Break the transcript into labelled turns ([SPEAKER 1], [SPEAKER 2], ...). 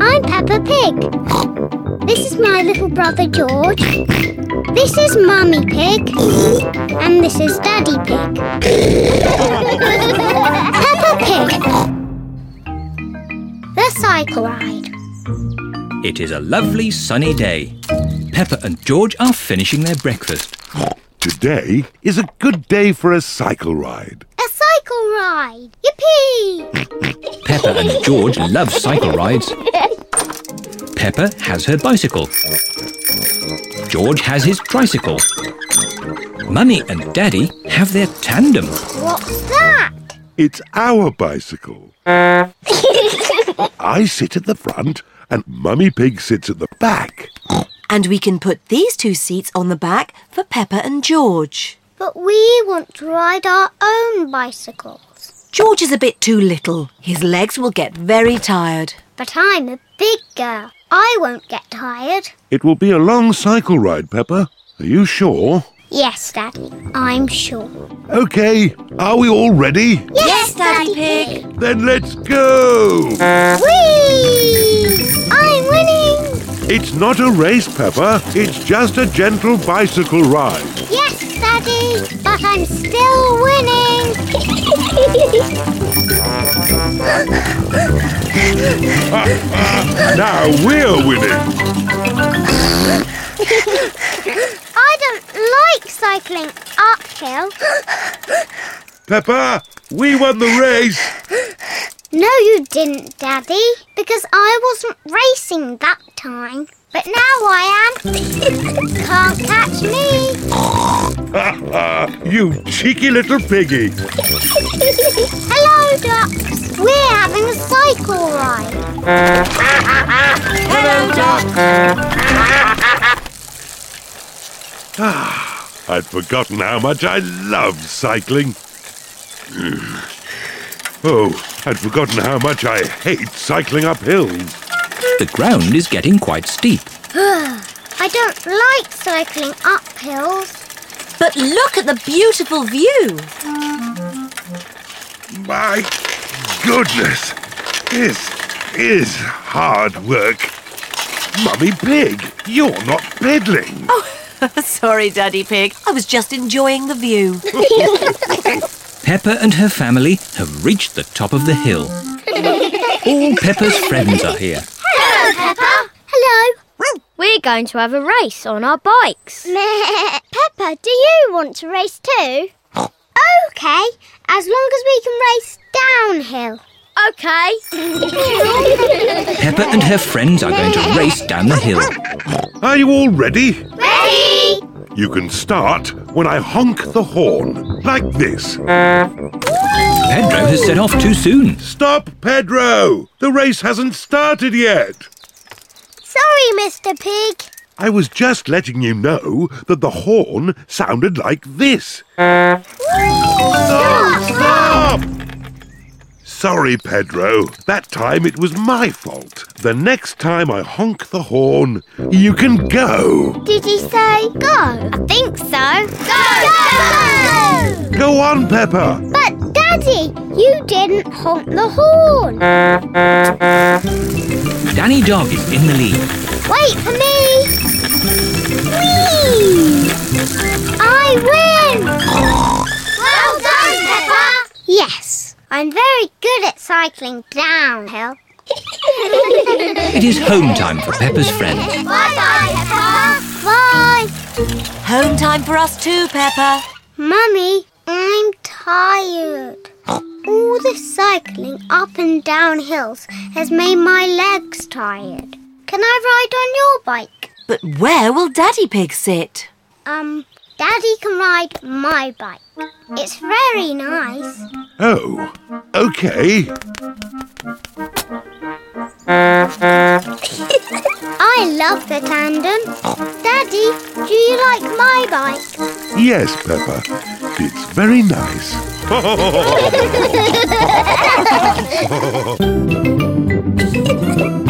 [SPEAKER 1] I'm Peppa Pig. This is my little brother George. This is Mummy Pig. And this is Daddy Pig. Peppa Pig. The Cycle Ride.
[SPEAKER 2] It is a lovely sunny day. Pepper and George are finishing their breakfast.
[SPEAKER 3] Today is a good day for a cycle ride.
[SPEAKER 1] A cycle ride. Yippee!
[SPEAKER 2] Pepper and George love cycle rides. Pepper has her bicycle. George has his tricycle. Mummy and Daddy have their tandem.
[SPEAKER 1] What's that?
[SPEAKER 3] It's our bicycle. I sit at the front and Mummy Pig sits at the back.
[SPEAKER 4] And we can put these two seats on the back for Pepper and George.
[SPEAKER 1] But we want to ride our own bicycles.
[SPEAKER 4] George is a bit too little. His legs will get very tired.
[SPEAKER 1] But I'm a big girl. I won't get tired.
[SPEAKER 3] It will be a long cycle ride, Pepper. Are you sure?
[SPEAKER 1] Yes, Daddy. I'm sure.
[SPEAKER 3] Okay, are we all ready?
[SPEAKER 1] Yes, Daddy
[SPEAKER 4] Pig.
[SPEAKER 3] Then let's go!
[SPEAKER 1] Whee! I'm winning!
[SPEAKER 3] It's not a race, Pepper. It's just a gentle bicycle ride.
[SPEAKER 1] Yes, Daddy, but I'm still winning!
[SPEAKER 3] Now we're winning.
[SPEAKER 1] I don't like cycling uphill.
[SPEAKER 3] Pepper, we won the race.
[SPEAKER 1] No, you didn't, Daddy, because I wasn't racing that time. But now I am. Can't catch me.
[SPEAKER 3] You cheeky little piggy.
[SPEAKER 1] Hello, ducks. We're having a cycle ride.
[SPEAKER 3] I'd forgotten how much I love cycling. Hmm. Oh, I'd forgotten how much I hate cycling up hills.
[SPEAKER 2] The ground is getting quite steep.
[SPEAKER 1] I don't like cycling up hills.
[SPEAKER 4] But look at the beautiful view.
[SPEAKER 3] My goodness, this is hard work. Mummy Pig, you're not peddling.
[SPEAKER 4] Sorry, Daddy Pig. I was just enjoying the view.
[SPEAKER 2] Pepper and her family have reached the top of the hill. All Pepper's friends are here.
[SPEAKER 1] Hello.
[SPEAKER 5] We're going to have a race on our bikes.
[SPEAKER 1] Peppa, do you want to race too? okay, as long as we can race downhill.
[SPEAKER 5] Okay.
[SPEAKER 2] Pepper and her friends are going to race down the hill.
[SPEAKER 3] Are you all ready?
[SPEAKER 1] Ready?
[SPEAKER 3] You can start when I honk the horn, like this.
[SPEAKER 2] Pedro has set off too soon.
[SPEAKER 3] Stop, Pedro! The race hasn't started yet.
[SPEAKER 1] Sorry, Mr. Pig.
[SPEAKER 3] I was just letting you know that the horn sounded like this. Stop! Stop! Sorry, Pedro. That time it was my fault. The next time I honk the horn, you can go.
[SPEAKER 1] Did he say go? I think so. Go! Go! go!
[SPEAKER 3] Go on, Pepper.
[SPEAKER 1] But Daddy, you didn't honk the horn.
[SPEAKER 2] Danny Dog is in the lead.
[SPEAKER 1] Wait for me. Whee! I win! Well done, Peppa! Yes, I'm very good at cycling downhill.
[SPEAKER 2] It is home time for Pepper's friends.
[SPEAKER 1] Bye-bye, Peppa! Bye!
[SPEAKER 4] Home time for us too, Pepper.
[SPEAKER 1] Mummy, I'm tired. All this cycling up and down hills has made my legs tired. Can I ride on your bike?
[SPEAKER 4] But where will Daddy Pig sit?
[SPEAKER 1] Um, Daddy can ride my bike. It's very nice.
[SPEAKER 3] Oh, okay.
[SPEAKER 1] I love the tandem. Daddy, do you like my bike?
[SPEAKER 3] Yes, Pepper. It's very nice.